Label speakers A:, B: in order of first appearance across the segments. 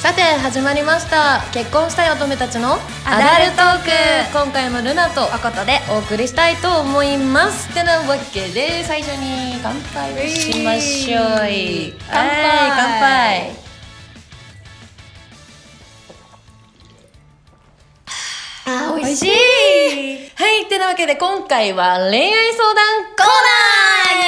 A: さて始まりました結婚したい乙女たちの
B: アダルトーク
A: 今回もルナと
B: おことで
A: お送りしたいと思いますてなわけで最初に乾杯をしましょう
B: う
A: い
B: い
A: 乾杯
B: はい乾杯
A: あー美味しい
B: 美味し
A: はいてなわけで今回は恋愛相談コーナ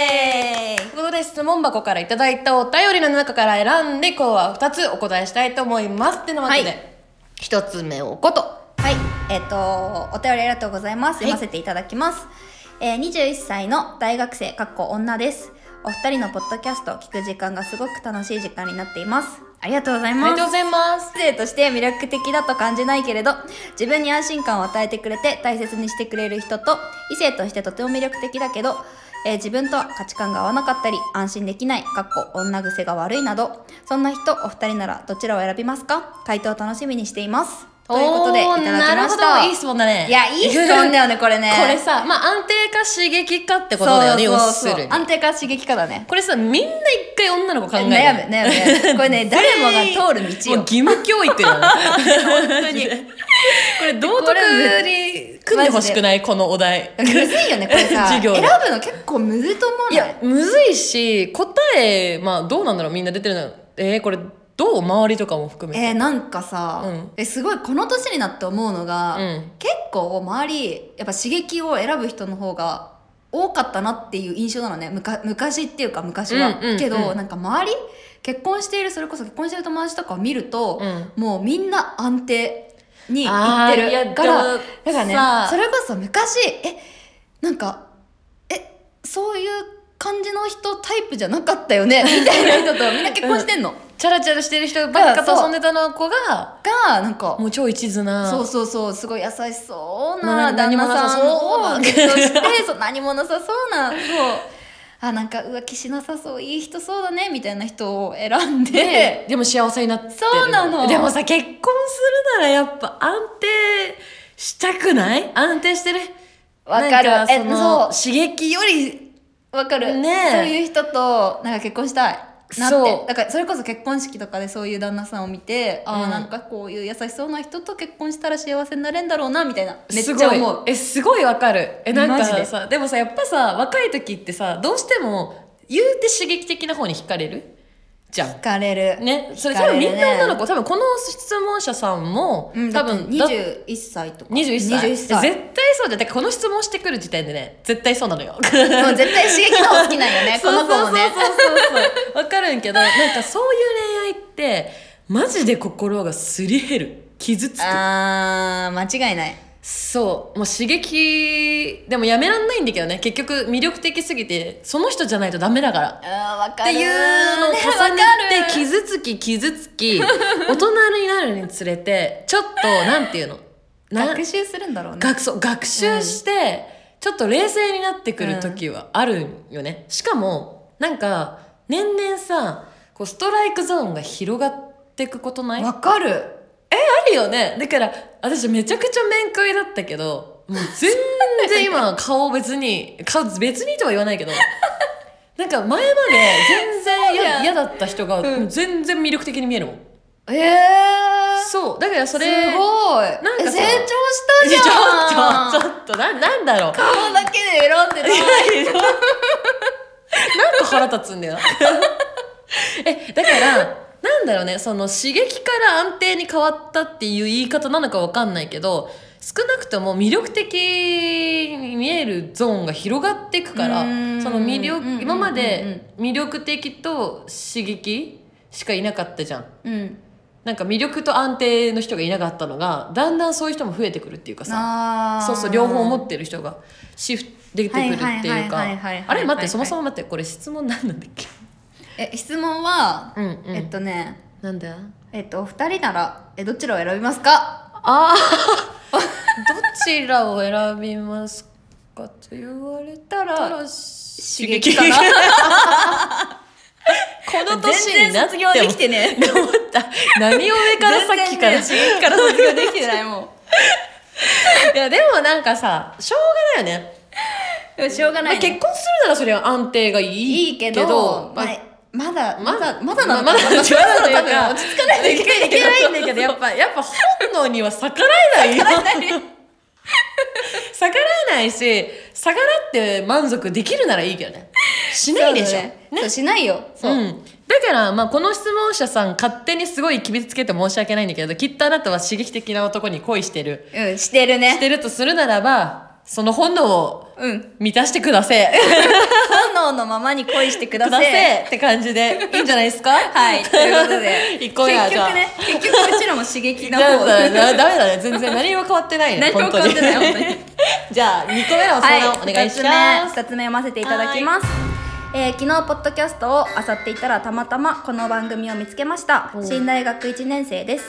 A: ーイエーイ
B: イエーイ
A: ということで質問箱からいただいたお便りの中から選んで今日は2つお答えしたいと思いますってなわけ
B: は
A: で、一1つ目おこと
B: はい、えっ、とお便りありがとうございま
A: は
B: す。
A: い
B: 読ませていただきます。えー、21歳の大学生かっこ女です。お二人のポッドキャストを聞く時間がすごく楽しい時間になっています。ありがとうござい
A: あり
B: ま
A: が
B: す
A: とう。ございます
B: 生として魅力的だと感じないけれど自分に安心感を与えてくれて大切にしてくれる人と異性としてとても魅力的だけど、えー自分とは価値観が合わなかったり安心できないかっこ女癖が悪いなどそんな人お二人ならどちらを選びますか回答を楽しみにしていますということでい
A: おー
B: ただきまし
A: なるほ
B: た
A: どいい質問だね
B: いやいい質問だ よねこれね
A: これさまあ安定か刺激かってことだよね
B: そうそうそう
A: 要するに
B: 安定か刺激かだね
A: これさみんな一回女の子考え
B: 悩
A: る
B: む悩む 悩むこれね誰もが通る道
A: もう
B: よ
A: 義務教 育だね本当にこれ道徳に組んでほしくないこのお題
B: むずいよねこれさ
A: 授
B: 選
A: 業
B: ぶ
A: で
B: の結構むずいと思う
A: い
B: い
A: やむずいし答えまあどうなんだろうみんな出てるのえー、これどう周りとかも含めて、
B: えーなんかさ、
A: うん
B: えすごいこの年になって思うのが、
A: うん
B: 結構周りやっぱ刺激を選ぶ人の方が多かったなっていう印象なのねむか昔っていうか昔は、
A: うんうん
B: けど、
A: うん
B: なんか周り結婚しているそれこそ結婚している友達とかを見ると、
A: うん
B: もうみんな安定に行
A: あ
B: っ
A: ー
B: てる
A: いや
B: から
A: でも
B: だからね
A: さ
B: それこそ昔えなんかえそういう感じの人タイプじゃなかったよねみたいな人とみんな結婚してんの、
A: チャラチャラしてる人ばっかと遊んでたの子が
B: がなんか
A: もう超一途な
B: そうそうそうすごい優しそう
A: な
B: な
A: 何
B: 旦
A: も
B: 那
A: なさ
B: さ
A: そうん
B: をゲットしてそう何もなさそうなそうあなんか浮気しなさそういい人そうだねみたいな人を選んで
A: ででも幸せになってる
B: そうなの
A: でもさ結婚するならやっぱ安定したくない安定してる
B: わかる
A: なん
B: え
A: その
B: そ
A: 刺激より
B: わかる、
A: ねえ
B: そういう人となんか結婚したいなって
A: そう
B: だからそれこそ結婚式とかでそういう旦那さんを見て、あ
A: うん
B: あなんかこういう優しそうな人と結婚したら幸せになれんだろうなみたいなめっち
A: す
B: ゃ
A: ごい
B: 思う
A: えすごいわかるえなんか
B: マジで
A: さでもさやっぱさ若い時ってさどうしても言うて刺激的な方に惹かれるじゃん
B: 惹かれる
A: ねそれ
B: 惹
A: 多
B: か
A: 分み
B: れる
A: ん
B: ね
A: な女の子多分この質問者さんも、
B: うん、
A: 多
B: 多分
A: 分だ
B: 21歳とか
A: 21歳
B: 21歳
A: 絶対そうじゃんだからこの質問してくる時点でね絶対そうなの よ
B: もう絶対刺激の方好きなんよ ねこの子もね
A: そうそうそうそうそう わかるんけどなんかそういう恋愛ってマジで心がすり減る傷つく
B: あー間違いない
A: そうもう刺激でもやめらんないんだけどね結局魅力的すぎてその人じゃないとダメだから
B: あーわ
A: っ
B: か
A: て
B: る
A: いうのを重
B: ねわか
A: ね
B: る
A: て傷つき傷つき 大人になるにつれてちょっとなんていうのな
B: 学習するんだろうね
A: 学そう学習して、ちょっと冷静になってくる時はあるんよね、しかもなんか年々さこうストライクゾーンが広がっていくことない
B: わかる
A: あるよねだから私めちゃくちゃ面食いだったけどもう全然今顔別に 顔別にとは言わないけどなんか前まで全然
B: そうじゃ
A: や
B: ん
A: 嫌だった人が
B: うん
A: もう全然魅力的に見えるもん、
B: えー
A: そうだからそ
B: す
A: れな
B: ごい
A: んかさ
B: え成長したじゃん
A: ちょっとちょっとななんだろう
B: 顔だけで選んでた
A: なんか腹立つんだよな えだからなんだろうねその刺激から安定に変わったっていう言い方なのかわかんないけど少なくとも魅力的に見えるゾーンが広がっていくから
B: うーん
A: その魅力
B: うんうんうんうん
A: 今まで魅力的と刺激しかいなかったじゃん
B: うん
A: なんか魅力と安定の人がいなかったのがだんだんそういう人も増えてくるっていうかさ
B: あー
A: そうそう両方持ってる人がシフト出てくるっていうか
B: はいはいはいはいはいはい
A: あれ待ってそもそも待ってこれ質問なんなんだっけ
B: え質問は、
A: うんうん
B: えっとね
A: なんだ
B: えっとお二人ならえどちらを選びますか
A: あー どちらを選びますかと言われたら刺
B: 刺激かな
A: この年になって
B: 全然卒業できて ね
A: も思った何を上からさっきから
B: 全然ね刺激から卒業できてないもん
A: いやでもなんかさしょうがないよね
B: でもしょうが
A: ま
B: な
A: あ
B: いね
A: 結婚するならそれは安定がいい
B: いいけど、
A: まあ
B: まあまだまだま
A: ま
B: だな
A: あ
B: の
A: まだ
B: か
A: というか
B: なまだなのかな落ち着かないといけない
A: いけないんだけどやっぱやっぱ本能には逆らえないよ逆らえないし逆らって満足できるならいいけどねしないでしょ、
B: そうだねそうしないよそう、
A: うん、だから、まあ、この質問者さん勝手にすごい決めつけて申し訳ないんだけどきっとあなたは刺激的な男に恋してる
B: うん、してる
A: し
B: ね。
A: てるとするならばその本能を
B: うん。
A: 満たしてください
B: 本能のままに恋してく
A: く
B: だ
A: だ
B: さ
A: さ
B: い。
A: いって感じでいいんじゃないですか。
B: はい。ということで
A: 行こうや
B: 結
A: じゃあ
B: 局ね、結局うちらも刺激
A: じ
B: の
A: ゃあ
B: 方。
A: だだダメだね全然何も変わってないね
B: 何も変わってない
A: 本 当に
B: 本
A: じゃあ2個目の相談、お願いしま
B: 2つ
A: す
B: 目2つ目読ませていただきますえー昨日ポッドキャストを漁っていたらたまたまこの番組を見つけました
A: おう
B: 新大学1年生です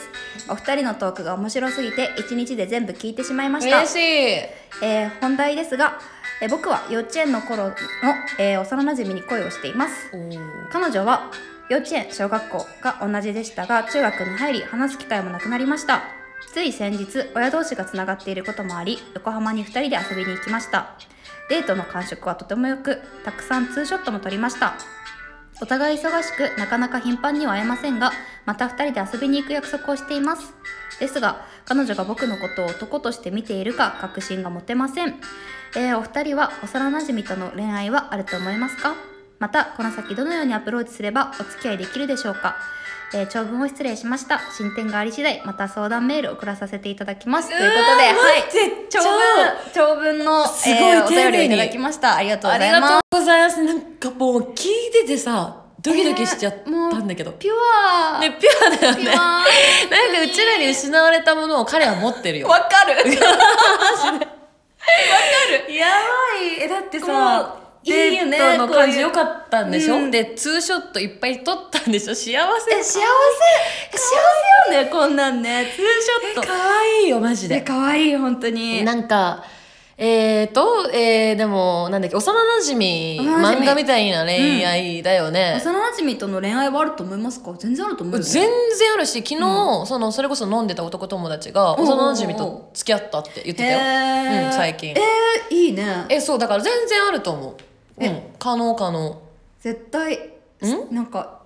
B: お二人のトークが面白すぎて1日で全部聞いてしまいました
A: 嬉しい
B: えー本題ですが、えー僕は幼稚園の頃の、えー幼なじみに恋をしています彼女は幼稚園小学校が同じでしたが中学に入り話す機会もなくなりましたつい先日親同士がつながっていることもあり横浜に2人で遊びに行きましたデートの感触はとても良くたくさんツーショットも撮りましたお互い忙しくなかなか頻繁には会えませんがまた2人で遊びに行く約束をしていますですが彼女が僕のことを男として見ているか確信が持てません、えーお二人は幼なじみとの恋愛はあると思いますかまたこの先どのようにアプローチすればお付き合いできるでしょうか、えー長文を失礼しました進展があり次第また相談メールを送らさせていただきますということ
A: う
B: で、
A: わー
B: はい
A: 待って、
B: 長文長文の、
A: すごい
B: えーお
A: 丁
B: 便りを
A: 寧
B: い
A: に
B: ただきましたありがとう
A: あ
B: ござ
A: り
B: います
A: がとうございますなんかもう聞いててさドキドキしちゃったんだけど、
B: ピュア
A: ねピュア だよね
B: ピュア
A: なんかうちらに失われたものを彼は持ってるよ
B: わか るマジでわかる
A: やばいえだって
B: さ
A: デ
B: いいよね
A: ートの感じ良かったんでしょ、
B: こういううん
A: でツーショットいっぱい撮ったんでしょ幸せ
B: え幸せ幸せよねこんなんねツーショット
A: 可愛いよマジ
B: で
A: で
B: 可愛い本当に
A: なんかえーとえー、でもなんだっけ幼なじみ
B: 幼馴染
A: 漫画みたいな恋愛だよね、
B: 幼馴染との恋愛はあると思いますか全然あると思うよ
A: 全然あるし昨日、そのそれこそ飲んでた男友達が
B: おうおうおう
A: 幼馴染と付き合ったって言ってたよ
B: へー
A: うん最近
B: えーいいね
A: えそうだから全然あると思ううん可能可能
B: 絶対
A: ん
B: なんか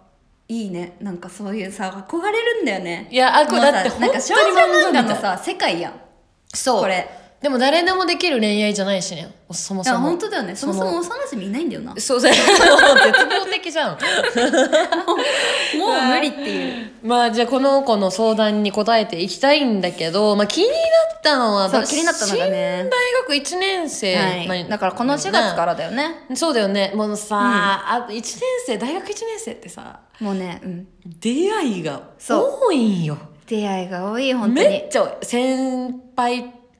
B: いいねなんかそういうさ憧れるんだよね
A: いやあこれ
B: もうさ
A: だって
B: なんか少女
A: 本当に漫画
B: 漫画
A: みたい
B: のさ世界やん
A: そう
B: これ
A: でも誰でもできる恋愛じゃないしねそも
B: いや
A: そも
B: 本当だよねそもそも幼馴染いないんだよなも
A: そう だよ絶望的じゃん
B: う無理っていう
A: まあじゃあこの子の相談に答えていきたいんだけど、まあ、気になったのは
B: そう気になったのがね
A: 新大学1年生、
B: はい、だからこの4月からだよね
A: らそうだよねもうさ、あ1年生大学1年生ってさ
B: もうね、うん、
A: 出会いが
B: そう
A: 多いんよ
B: 出会いが多い本当
A: めっ
B: に
A: ちゃ多い先輩、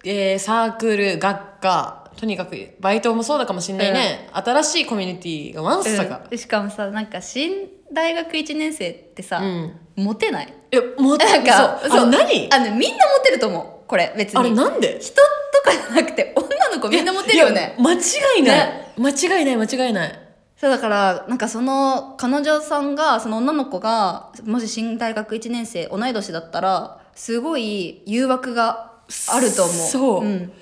A: えーサークル学科とにかくバイトもそうだかもしんないね、新しいコミュニティがワンサか、
B: うんしかもさなんか新大学1年生ってさ、
A: うん
B: モテない
A: えもう
B: なんか
A: そうあれ何あ
B: あのみんなモテると思うこれ別に
A: れなんで
B: 人とかじゃなくて女の子みんなモテるよね
A: いや間違いない、
B: ね
A: 間違いない間違いない
B: そうだからなんかその彼女さんがその女の子がもし新大学1年生同い年だったらすごい誘惑があると思う
A: そうん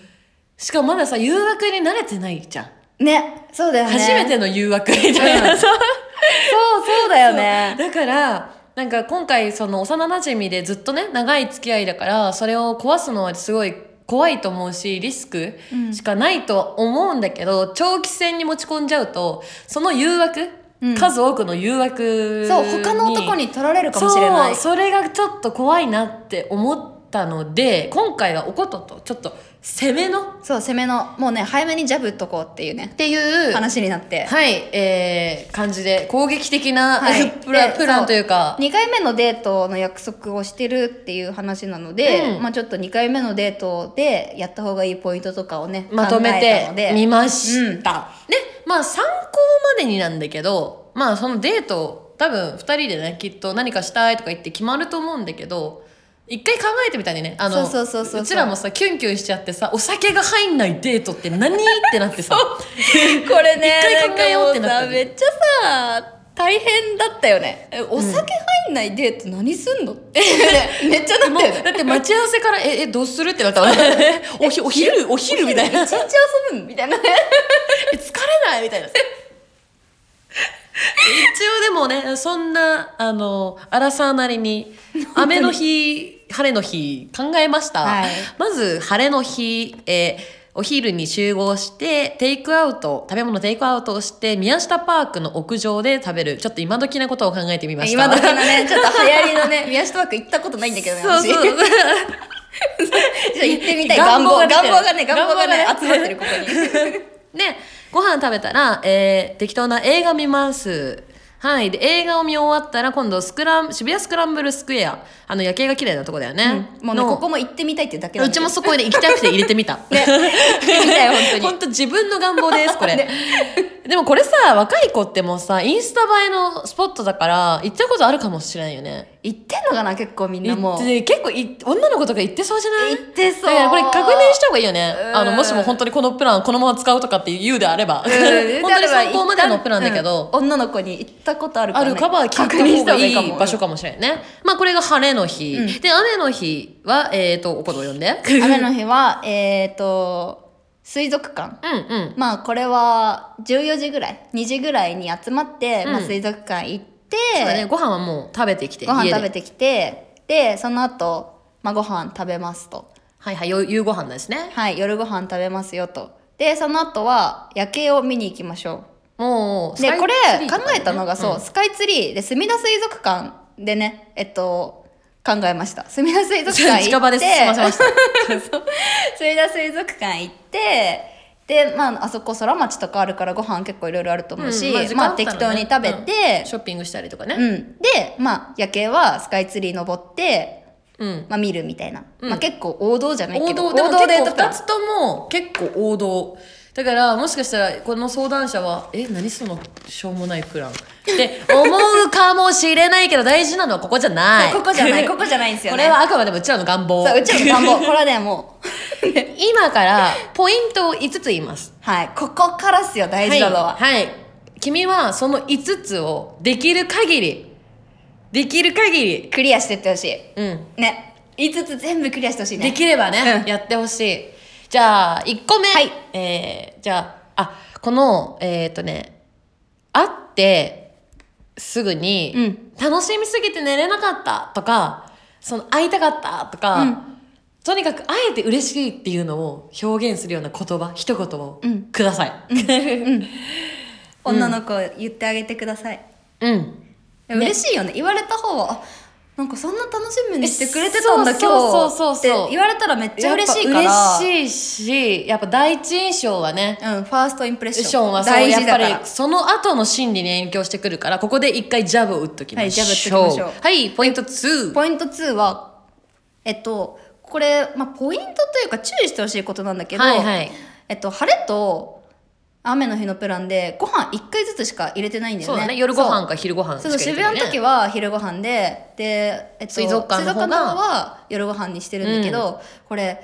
A: しかもまださ誘惑に慣れてないじゃん、
B: ねそうだよね
A: 初めての誘惑みたいな、
B: うんそうそうだよね
A: だからなんか今回その幼なじみでずっとね長い付き合いだからそれを壊すのはすごい怖いと思うしリスク
B: うん
A: しかないとは思うんだけど、長期戦に持ち込んじゃうとその誘惑、
B: うん
A: 数多くの誘惑
B: そう他の男に取られるかもしれない
A: そうそれがちょっと怖いなって思ったので今回はおこととちょっと攻めの
B: そう攻めのもうね早めにジャブ打っとこうっていうね
A: っていう
B: 話になって
A: はい、えー、感じで攻撃的な、
B: はい
A: プラ
B: で
A: プランというか
B: 2回目のデートの約束をしてるっていう話なので、
A: うん
B: まあ、ちょっと2回目のデートでやった方がいいポイントとかをね
A: まとめ
B: 考えたので
A: てみました、
B: う
A: ねまあ参考までになんだけどまあそのデート多分2人でねきっと何かしたいとか言って決まると思うんだけど一回考えてみたいねあの
B: そうそうそうそうそう
A: ちらもさキュンキュンしちゃってさお酒が入んないデートって何ってなって さ
B: これね
A: 一回考えようってなった
B: なんかもうさめっちゃさ大変だったよねえお酒入んないデート何すん のって、めっちゃな
A: もう
B: ったよね
A: だって待ち合わせから「ええどうする?」ってなったわね おひお昼お昼みたいな
B: 一日遊ぶんみたいなね
A: 疲れないみたいな。応でもねそんなあのアラサーなりに雨の日晴れの日考えました、
B: はい
A: まず晴れの日、えーお昼に集合してテイクアウト食べ物テイクアウトをして宮下パークの屋上で食べるちょっと今時なことを考えてみました
B: 今時のねちょっと流行りのね宮下パーク行ったことないんだけどね
A: そう
B: 私
A: そう
B: ちょっと行ってみたい願
A: 願
B: 望
A: 望
B: 願
A: が出てる
B: 望がね願望がね
A: 願望がね
B: 集まってるここに
A: ね、ご飯食べたら、えー適当な映画見ます。はい。で、映画を見終わったら、今度、スクラン、渋谷スクランブルスクエア。あの、夜景が綺麗なとこだよね。
B: もうね
A: の
B: ここも行ってみたいっていうだけな
A: うん
B: だ
A: ち
B: よ
A: もそこに行きたくて入れてみ た。
B: ね行ってみたい本当に
A: 本当自分の願望です、これ。
B: ね
A: でもこれさ、若い子ってもうさ、インスタ映えのスポットだから、行ったことあるかもしれないよね。
B: 行ってんのかな結構みんなも
A: 行
B: う
A: っ
B: 行
A: て結構い、女の子とか行ってそうじゃない
B: ってそう
A: だからこれ確認した方がいいよね
B: う。ん
A: あの、もしも本当にこのプラン、このまま使うとかっていう言うであれば。
B: うん
A: 本当に参考までのプランだけど。
B: うん女の子に行ったことあるか
A: あ
B: らね、
A: るカバー聞いた
B: 確認し
A: 方
B: た
A: が
B: 方がい
A: い
B: いかも
A: い場所かもしれないね。まあこれが晴れの日。
B: うん
A: で、雨の日は、えっ、ー、と、おこどを呼んで。
B: うん雨の日はえっ、と水族館
A: うんうん。
B: まあこれは14時ぐらい2時ぐらいに集まって、
A: うん
B: まあ、水族館行って
A: そうだね。ご飯はもう食べてきて、
B: ご飯食べ
A: て。
B: てきてでその後、まあご飯食べますと
A: はいはい、よ夕ご飯ですね。
B: はい夜ご飯食べますよとでその後は夜景を見に行きましょ
A: もう、
B: うでこれ考えたのがそう、
A: う
B: スカイツリーですみだ水族館でねえっと考えましたすみだ水族館行って
A: 近場で済ま せました。
B: 水田水族館行ってでまああそこ空町とかあるからご飯結構いろいろあると思うし、
A: うんまあ時間
B: まあ
A: あったら
B: 適
A: ね
B: 当に食べて、
A: ショッピングしたりとか
B: うん
A: ね。
B: でまあ夜景はスカイツリー登って、
A: うん。
B: まあ、見るみたいな、
A: うん
B: まあ、結構王道じゃない
A: 王
B: けど
A: 道でも結
B: や
A: 構
B: ったか
A: 2
B: ら
A: つとも結構王道だからもしかしたらこの相談者は「え何そのしょうもないプラン」って思うかもしれないけど大事なのはここじゃない
B: ここじ ゃないここじゃないんですよ
A: こ
B: ね
A: れはあくまでもうちらの願望
B: そうう ちの願望これはねもう
A: 今からポイントを5つ言います
B: はいここからっすよ大事なのは、
A: はい、はい君はその5つをできる限りできる限り
B: クリアしてってほしい
A: うん
B: ね5つ全部クリアしてほしい
A: で
B: ね
A: きればね、やってほしいじゃあ1個目、
B: はい
A: えーじゃああこのえっ、とね会ってすぐに、
B: うん
A: 楽しみすぎて寝れなかったとかその会いたかったとか、
B: うん
A: とにかく会えて嬉しいっていうのを表現するような言葉一言を
B: うん
A: ください、
B: 女の子言ってあげてください、
A: うん
B: 嬉しいよね言われた方はあなんかそんな楽しみにしてくれてたんだ今
A: え
B: 日
A: そうそうそうそう
B: って言われたらめっちゃ嬉しいから
A: やっぱ嬉しいしやっぱ第一印象はね
B: うん、ファーストインプレッシ
A: シ
B: ョン
A: ョンはそう
B: 大
A: や
B: 事
A: っ
B: だ
A: ぱ
B: から
A: りその後の心理に影響してくるからここで一回ジャブを打っときましょう
B: はいジャブ打っときましょう
A: はいポイント2
B: ポイント2はえっとこれ、まあ、ポイントというか注意してほしいことなんだけど、
A: はいはい
B: えっと、晴れと雨の日のプランでご飯1回ずつしか入れてないんだ
A: そ
B: よね
A: うだね夜ご飯か昼ご飯
B: そうそう
A: しか
B: 渋
A: 入れてない
B: 谷
A: ね
B: の時は昼ご飯でで、えっと、
A: 水族館の方が
B: 水とかは夜ご飯にしてるんだけど、これ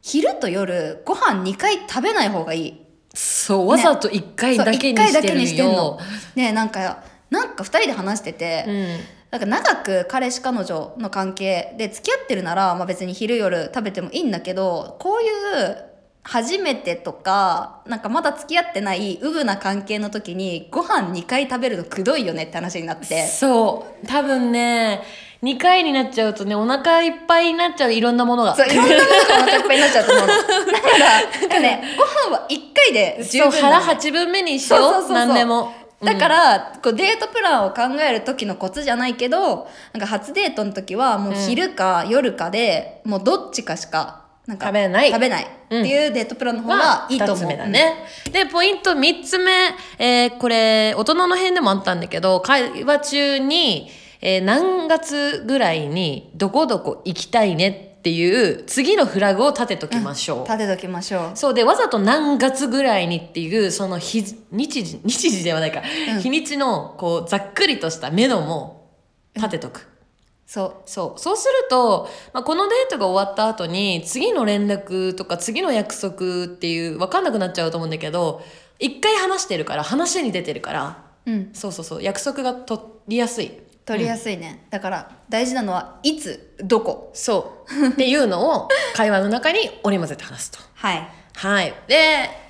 B: 昼と夜ご飯2回食べない方がいい
A: そうわざと一回
B: そう
A: だけにしてる
B: ん
A: よ
B: のねなんかなんか2人で話してて、
A: うん
B: なんか長く彼氏彼女の関係で付き合ってるなら、まあ、別に昼夜食べてもいいんだけどこういう初めてとかなんかまだ付き合ってないウブな関係の時にご飯2回食べるのくどいよねって話になって
A: そう多分ね2回になっちゃうとねお腹いっぱいになっちゃういろんなものが
B: そういろんなものがお腹いっぱいになっちゃうと 思うのだからなんかねご飯は1回で十
A: そう
B: 分
A: 腹
B: なの
A: 八分目にしよう何でも
B: だからら、こうデートプランを考える時のコツじゃないけどなんか初デートの時はもう昼か夜かで、もうどっちかしかなんか
A: 食べない
B: 食べないっていうデートプランの方が
A: はい
B: いと思う、
A: 二つ目だね。で、ポイント3つ目、えーこれ、大人の辺でもあったんだけど、会話中に、えー何月ぐらいに、どこどこ行きたいねっていう、次のフラグを立てときましょう。
B: 立てときましょう
A: そうでわざと何月ぐらいにっていうその日日時日時ではないか、
B: うん
A: 日にちのこうざっくりとした目処も立てとく、
B: そ
A: そうそうすると、まあ、このデートが終わった後に次の連絡とか次の約束っていう分かんなくなっちゃうと思うんだけど一回話してるから話に出てるから
B: ううん
A: そうそうそう約束が取りやすい
B: 取りやすいね、だから大事なのはいつどこ
A: そうっていうのを会話の中に織り交ぜて話すと。
B: はい
A: はい。で、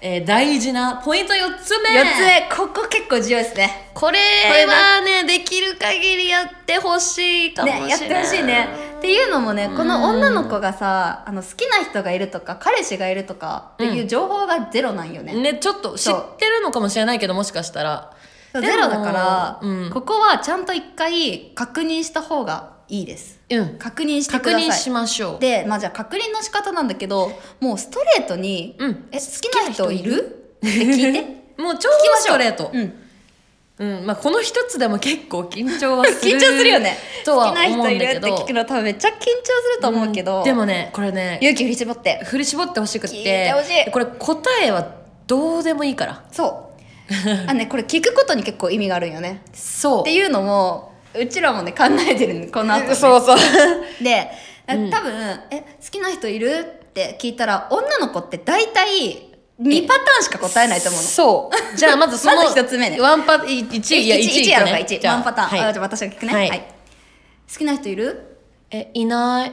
A: えー大事なポイント4つ目。
B: 4つ目ここ結構重要ですね
A: これ
B: これ
A: はね、できる限りやってほしいかもしれな
B: ね、
A: い。
B: やってほしいね。っていうのもねこの
A: うん
B: 女の子がさあの好きな人がいるとか彼氏がいるとかっていう情報がゼロなんよね、
A: ね、ちょっと知ってるのかもしれないけど、もしかしたら。
B: そう
A: でも
B: ゼロだから、
A: うん
B: ここはちゃんと一回確認した方がいいです
A: うん。
B: 確認してく
A: 確
B: だ
A: 認
B: さ
A: し
B: い
A: ましょう。
B: でまあじゃあ確認の仕方なんだけどもうストレートに「
A: うん
B: え好きな人いる?」って聞いて
A: もう超ストレート。
B: うん、
A: うん。まあ、この一つでも結構緊張はす
B: 緊
A: る。
B: 張するよね
A: とは
B: 好きな
A: 思
B: 人
A: う
B: い
A: ん
B: る
A: だ
B: っ
A: け
B: て
A: ど。
B: 聞くの多分めっちゃ緊張すると思うけど、
A: んでもね、これね、
B: 勇気振り絞って
A: 振り絞ってほしくって
B: 聞いてほしい
A: これ答えはどうでもいいから
B: そう あねこれ聞くことに結構意味があるんよね
A: そう
B: っていうのもうちらもね考えてるのこの後、ね、
A: そうそう
B: で多
A: うん
B: 分、え好きな人いるって聞いたら女の子って大体2パターンしか答えないと思うの
A: そうじゃあまずその
B: まず一つ目ね
A: ワンパ1いや
B: 一
A: 一
B: 一
A: いくね
B: やろうか1
A: じゃあ
B: ワンパターン、
A: は
B: あ
A: い
B: じゃあ私が聞くね、
A: は
B: はいい好きな人いる
A: えいない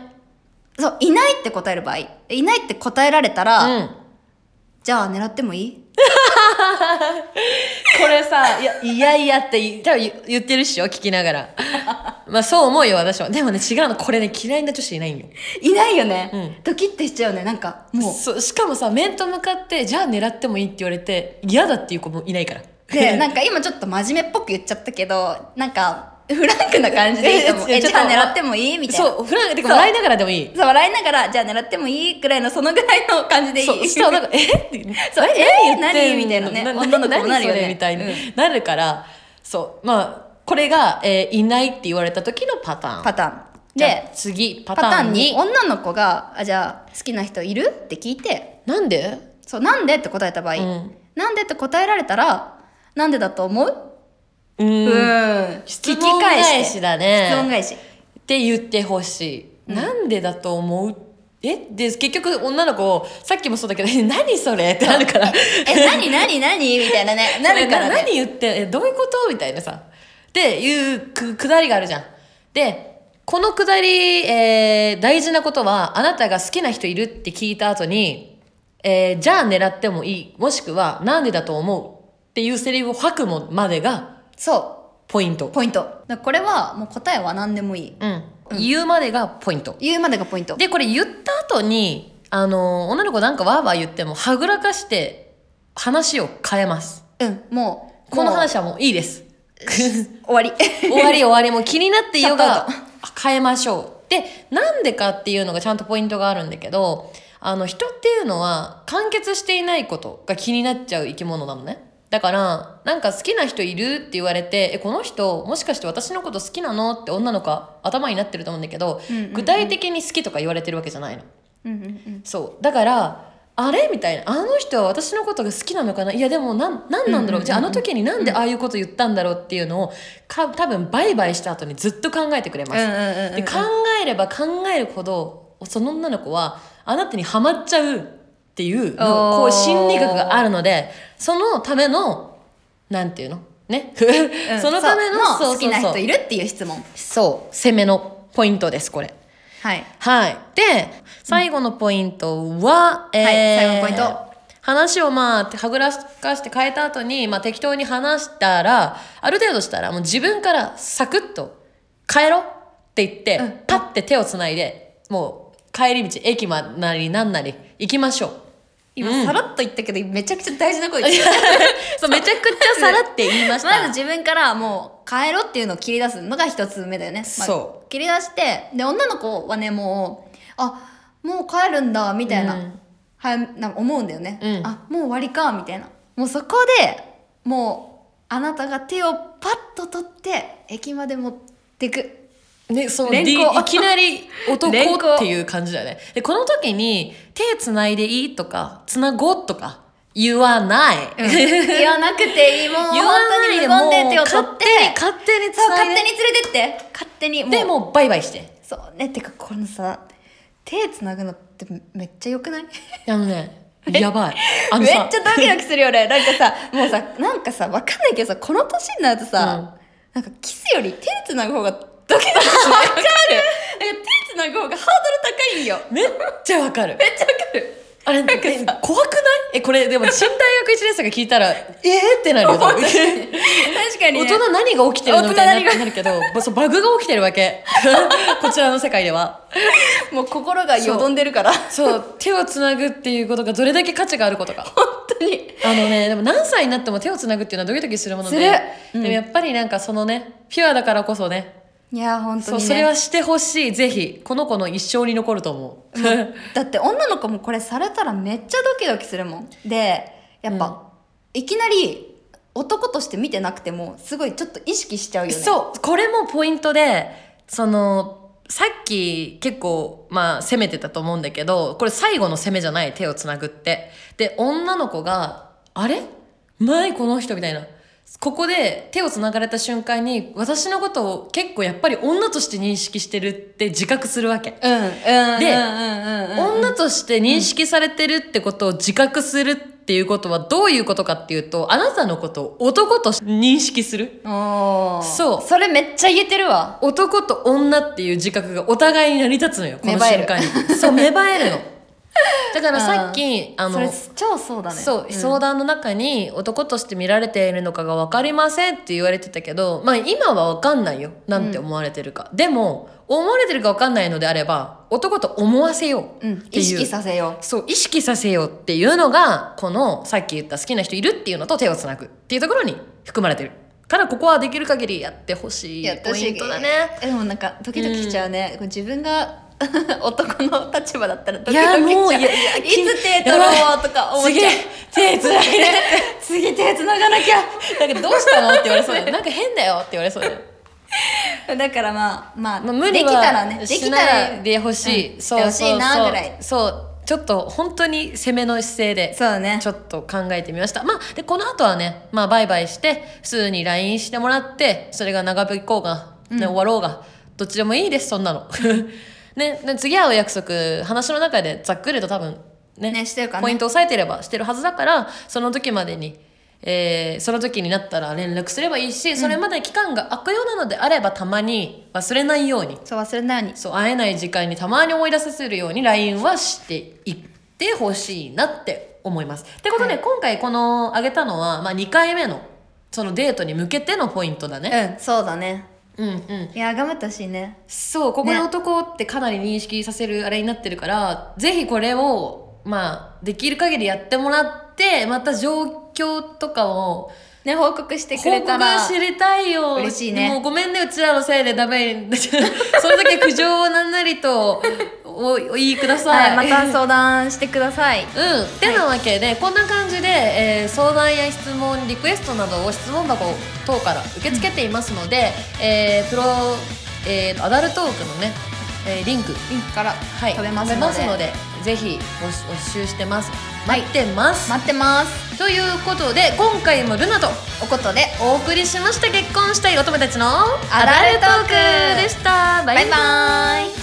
B: そういないって答える場合いないって答えられたら、
A: うん
B: じゃあ狙ってもいい
A: これさいやいやいやって多分言言ってるっしょ聞きながらまあそう思うよ私はでもね違うのこれね嫌いな女子いないんよ
B: いないよね、
A: うん
B: ドキッてしちゃうねなんかもう
A: そうしかもさ面と向かってじゃあ狙ってもいいって言われて嫌だっていう子もいないから
B: でなんか今ちょっと真面目っぽく言っちゃったけどなんかフランクな感じでいいと思 う
A: え
B: え
A: ちょっ
B: じ
A: と
B: ゃあ狙ってもいいみたいなそう
A: そうフランてか
B: そう
A: 笑いながらでもいい
B: 笑いながらじゃあ狙ってもいいくらいのそのぐらいの感じでいい
A: そうしたらなんか「えっ?」て
B: そうえ
A: 何言っ
B: 何
A: てん
B: みたいなね
A: 何
B: 女の子もなる
A: 何
B: よ
A: そ
B: ね
A: れみたいに
B: うん
A: なるからそうまあこれが、えーいないって言われた時のパターン
B: パターン
A: じゃあ
B: で
A: 次パ
B: パ
A: タ
B: タ
A: ー
B: ー
A: ン
B: ンに
A: に
B: 女の子があじゃあ好きな人いるって聞いて
A: なんで
B: そうなんでって答えた場合、
A: うん
B: なんでって答えられたらなんでだと思う
A: う
B: うんん
A: 質問返し
B: 質
A: だね
B: 問返し
A: って言ってほしい、なんでだと思うえで結局女の子さっきもそうだけど「え何それ?」ってなる から
B: え何何何みたいなねなるから
A: な
B: ね
A: 何言ってえどういうことみたいなさっていうくくだりがあるじゃんでこのくだり、えー大事なことはあなたが好きな人いるって聞いた後に、えーじゃあ狙ってもいいもしくはなんでだと思うっていうセリフを吐くもまでが
B: そう
A: ポイント、
B: ポイントだからこれはもう答えは何でもいい
A: うん、言うまでがポイント
B: 言うまでがポイント
A: でこれ言った後にあの女の子なんかわーわー言ってもはぐらかして話を変えます
B: うんもう
A: この
B: もう
A: 話はもういいです
B: 終わり
A: 終わり終わりもう気になっていよう
B: シャッ
A: が
B: トア
A: 変えましょうでなんでかっていうのがちゃんとポイントがあるんだけどあの人っていうのは完結していないことが気になっちゃう生き物なのねだからなんか好きな人いるって言われてえこの人もしかして私のこと好きなのって女の子は頭になってると思うんだけど、
B: うんうんうん
A: 具体的に好きとか言われてるわけじゃないの
B: うんうんうん
A: そうだからあれみたいなあの人は私のことが好きなのかないやでもなんなんなんだろう,、
B: うんうんうん
A: じゃああの時になんでああいうこと言ったんだろうっていうのをか多分売買した後にずっと考えてくれま
B: うんう
A: す、
B: んうんうん
A: で考えれば考えるほどその女の子はあなたにはまっちゃうっていうの
B: おー
A: こう心理学があるのでそのためのなんていうのね、
B: うん
A: そのための
B: そう
A: そう
B: 好きな
A: そう
B: 人
A: そう
B: いるっていう質問
A: そう攻めのポイントですこれ
B: はい
A: はい。で、最後のポイントは、え
B: 最後のポイント。
A: 話をまあ、はぐらかして変えた後に、まあ適当に話したら、ある程度したら、もう自分からサクッと、帰ろうって言って、
B: うん
A: パッて手をつないで、もう帰り道、駅まなりなんなり、行きましょう。
B: 今さらっと言ったけどめちゃくちゃ大事なこと言って
A: そう、めちゃくちゃさらって言いまし
B: まず
A: た。
B: 自分からもう帰ろっていうのを切り出すのが一つ目だよね、まあ
A: そ
B: 切り出してで女の子はねもうあもう帰るんだみたいな,、
A: うん
B: はいなんか思うんだよね、
A: うん
B: あもう終わりかみたいなもうそこでもうあなたが手をパッと取って駅まで持ってく
A: ね、その
B: 連
A: D
B: 行
A: いきなり
B: 連
A: 男
B: 行
A: っていう感じだよね。で、この時に手つないでいいとか、つなごうとか言わない。
B: 言わなくていいもう
A: 言わ
B: 本当
A: ない
B: に
A: で
B: 無
A: もう
B: 言で手を取
A: 勝
B: って
A: 手に勝手につ
B: そう
A: な
B: 勝
A: い
B: 手
A: で
B: に連れてって勝手にもう
A: でもうバイバイして
B: そうねてかこのさ手つなぐのってめっちゃよくない
A: あのねやばいあの
B: めっち
A: さ
B: ゃドキドキするよね。なんかさ、もうさ、なんかさ、わかんないけどさ、この年になるとさ、なんかキスより手つなぐ方がドキドキする。わかるなんか手つなぐ方がハードル高いんよ。
A: めっちゃわかる
B: めっちゃわかる。
A: あれ、え怖くないえ、これ、でも、新大学1年生が聞いたら、 えーってなるよ、多 分
B: 確かに、
A: 大
B: ね、
A: 人何が起きてるのみたいにななるけど、ばそうバグが起きてるわけ。 こちらの世界では。
B: もう心がよどんでるから
A: そう、手をつなぐっていうことがどれだけ価値があることか。
B: 本当に
A: あのね、でも何歳になっても手をつなぐっていうのはドキドキするもので。
B: するうん
A: でもやっぱりなんかそのね、ピュアだからこそね、
B: いやー本当
A: そ
B: に、
A: う、
B: ね、
A: それはしてほしい。ぜひ、この子の一生に残ると思う。
B: だって女の子もこれされたらめっちゃドキドキするもんでやっぱ、いきなり男として見てなくてもすごいちょっと意識しちゃうよね
A: そうこれもポイントでそのさっき結構まあ攻めてたと思うんだけどこれ最後の攻めじゃない手をつなぐってで女の子が「あれ前この人」みたいなここで手をつながれた瞬間に私のことを結構やっぱり女として認識してるって自覚するわけ。
B: うんうんうん
A: で
B: うんうんうん
A: 女として認識されてるってことを自覚するっていうことはどういうことかっていうとあなたのことを男として認識する
B: おー
A: そう
B: それめっちゃ言えてるわ
A: 男と女っていう自覚がお互いに成り立つのよこ
B: 芽
A: の
B: 生え
A: 瞬
B: る
A: 間にそう芽生 えるのだからさっきあ
B: それ
A: の
B: 超そうだね
A: そう、
B: ん
A: 相談の中に男として見られているのかが分かりませんって言われてたけどまあ今は分かんないよなんて思われてるか、でも思われてるか分かんないのであれば男と思わせようって
B: う
A: い
B: ん
A: う、
B: 意識させよ
A: そう意識させようっていうのがこのさっき言った好きな人いるっていうのと手をつなぐっていうところに含まれてるからここはできる限りやってほし
B: う
A: い
B: やって
A: ポ
B: ほし
A: イ
B: い
A: ントだね。
B: でもなんかドキドキしちゃうね、これ自分が 男の立場だったらド
A: い
B: キドキしちゃ
A: や
B: うい
A: もういやいや
B: いつ手取ろうとか思っ
A: すげ
B: ち
A: え
B: ゃう
A: 手つないで
B: 次手繋がなきゃ
A: なんかどうしたのって言われそうだよなんか変だよって言われ そうだよ、
B: だからまあまあ、
A: まあ、無
B: で
A: 理
B: きたら
A: は
B: ねで
A: し
B: きたら
A: ないでほしい、
B: うん
A: そう
B: してほしいな
A: そうそう
B: ぐらい
A: そうちょっと本当に攻めの姿勢で
B: そうね
A: ちょっと考えてみましたまあでこの後はねまあバイバイして普通に LINE してもらってそれが長引こうが、ね終わろうがどっちでもいいですそんなの ねで次会う約束話の中でざっくりと多分ね
B: ねしてるかね
A: ポイント押さえてればしてるはずだからその時までに、えーその時になったら連絡すればいいしそれまで期間が空くようなのであればたまに忘れないように
B: そう忘れないように
A: そう会えない時間にたまに思い出させるように LINE はしていってほしいなって思います。ってことで、
B: は
A: 今回このあげたのは、まあ、2回目のそのデートに向けてのポイントだね。
B: うんそうだね
A: うんうん
B: いや頑張ってほしいね
A: そうここで
B: ね
A: 男ってかなり認識させるあれになってるから、ぜひこれをまあできる限りやってもらってまた状況とかを
B: ね報告してく
A: 報
B: れたら
A: 告知りたいよ
B: 嬉しいね
A: もうごめんねうちらのせいでダメ にその時は苦情をなんなりとおお言いくださ、
B: はいい、また相談してくださ
A: う
B: い
A: ん、ってなわけで、こんな感じで、えー相談や質問リクエストなどを質問箱等から受け付けていますので、えープロ、えーアダルトークのね、えーリンク、
B: リンクから
A: はい、
B: 飛べますので
A: のでぜひ募集募集してます待ってます、
B: 待ってます
A: ということで今回もルナと
B: おことで
A: お送りしました結婚したい乙女たちの
B: アダルトーク
A: でしたバイバ
B: バ
A: イ
B: イバイ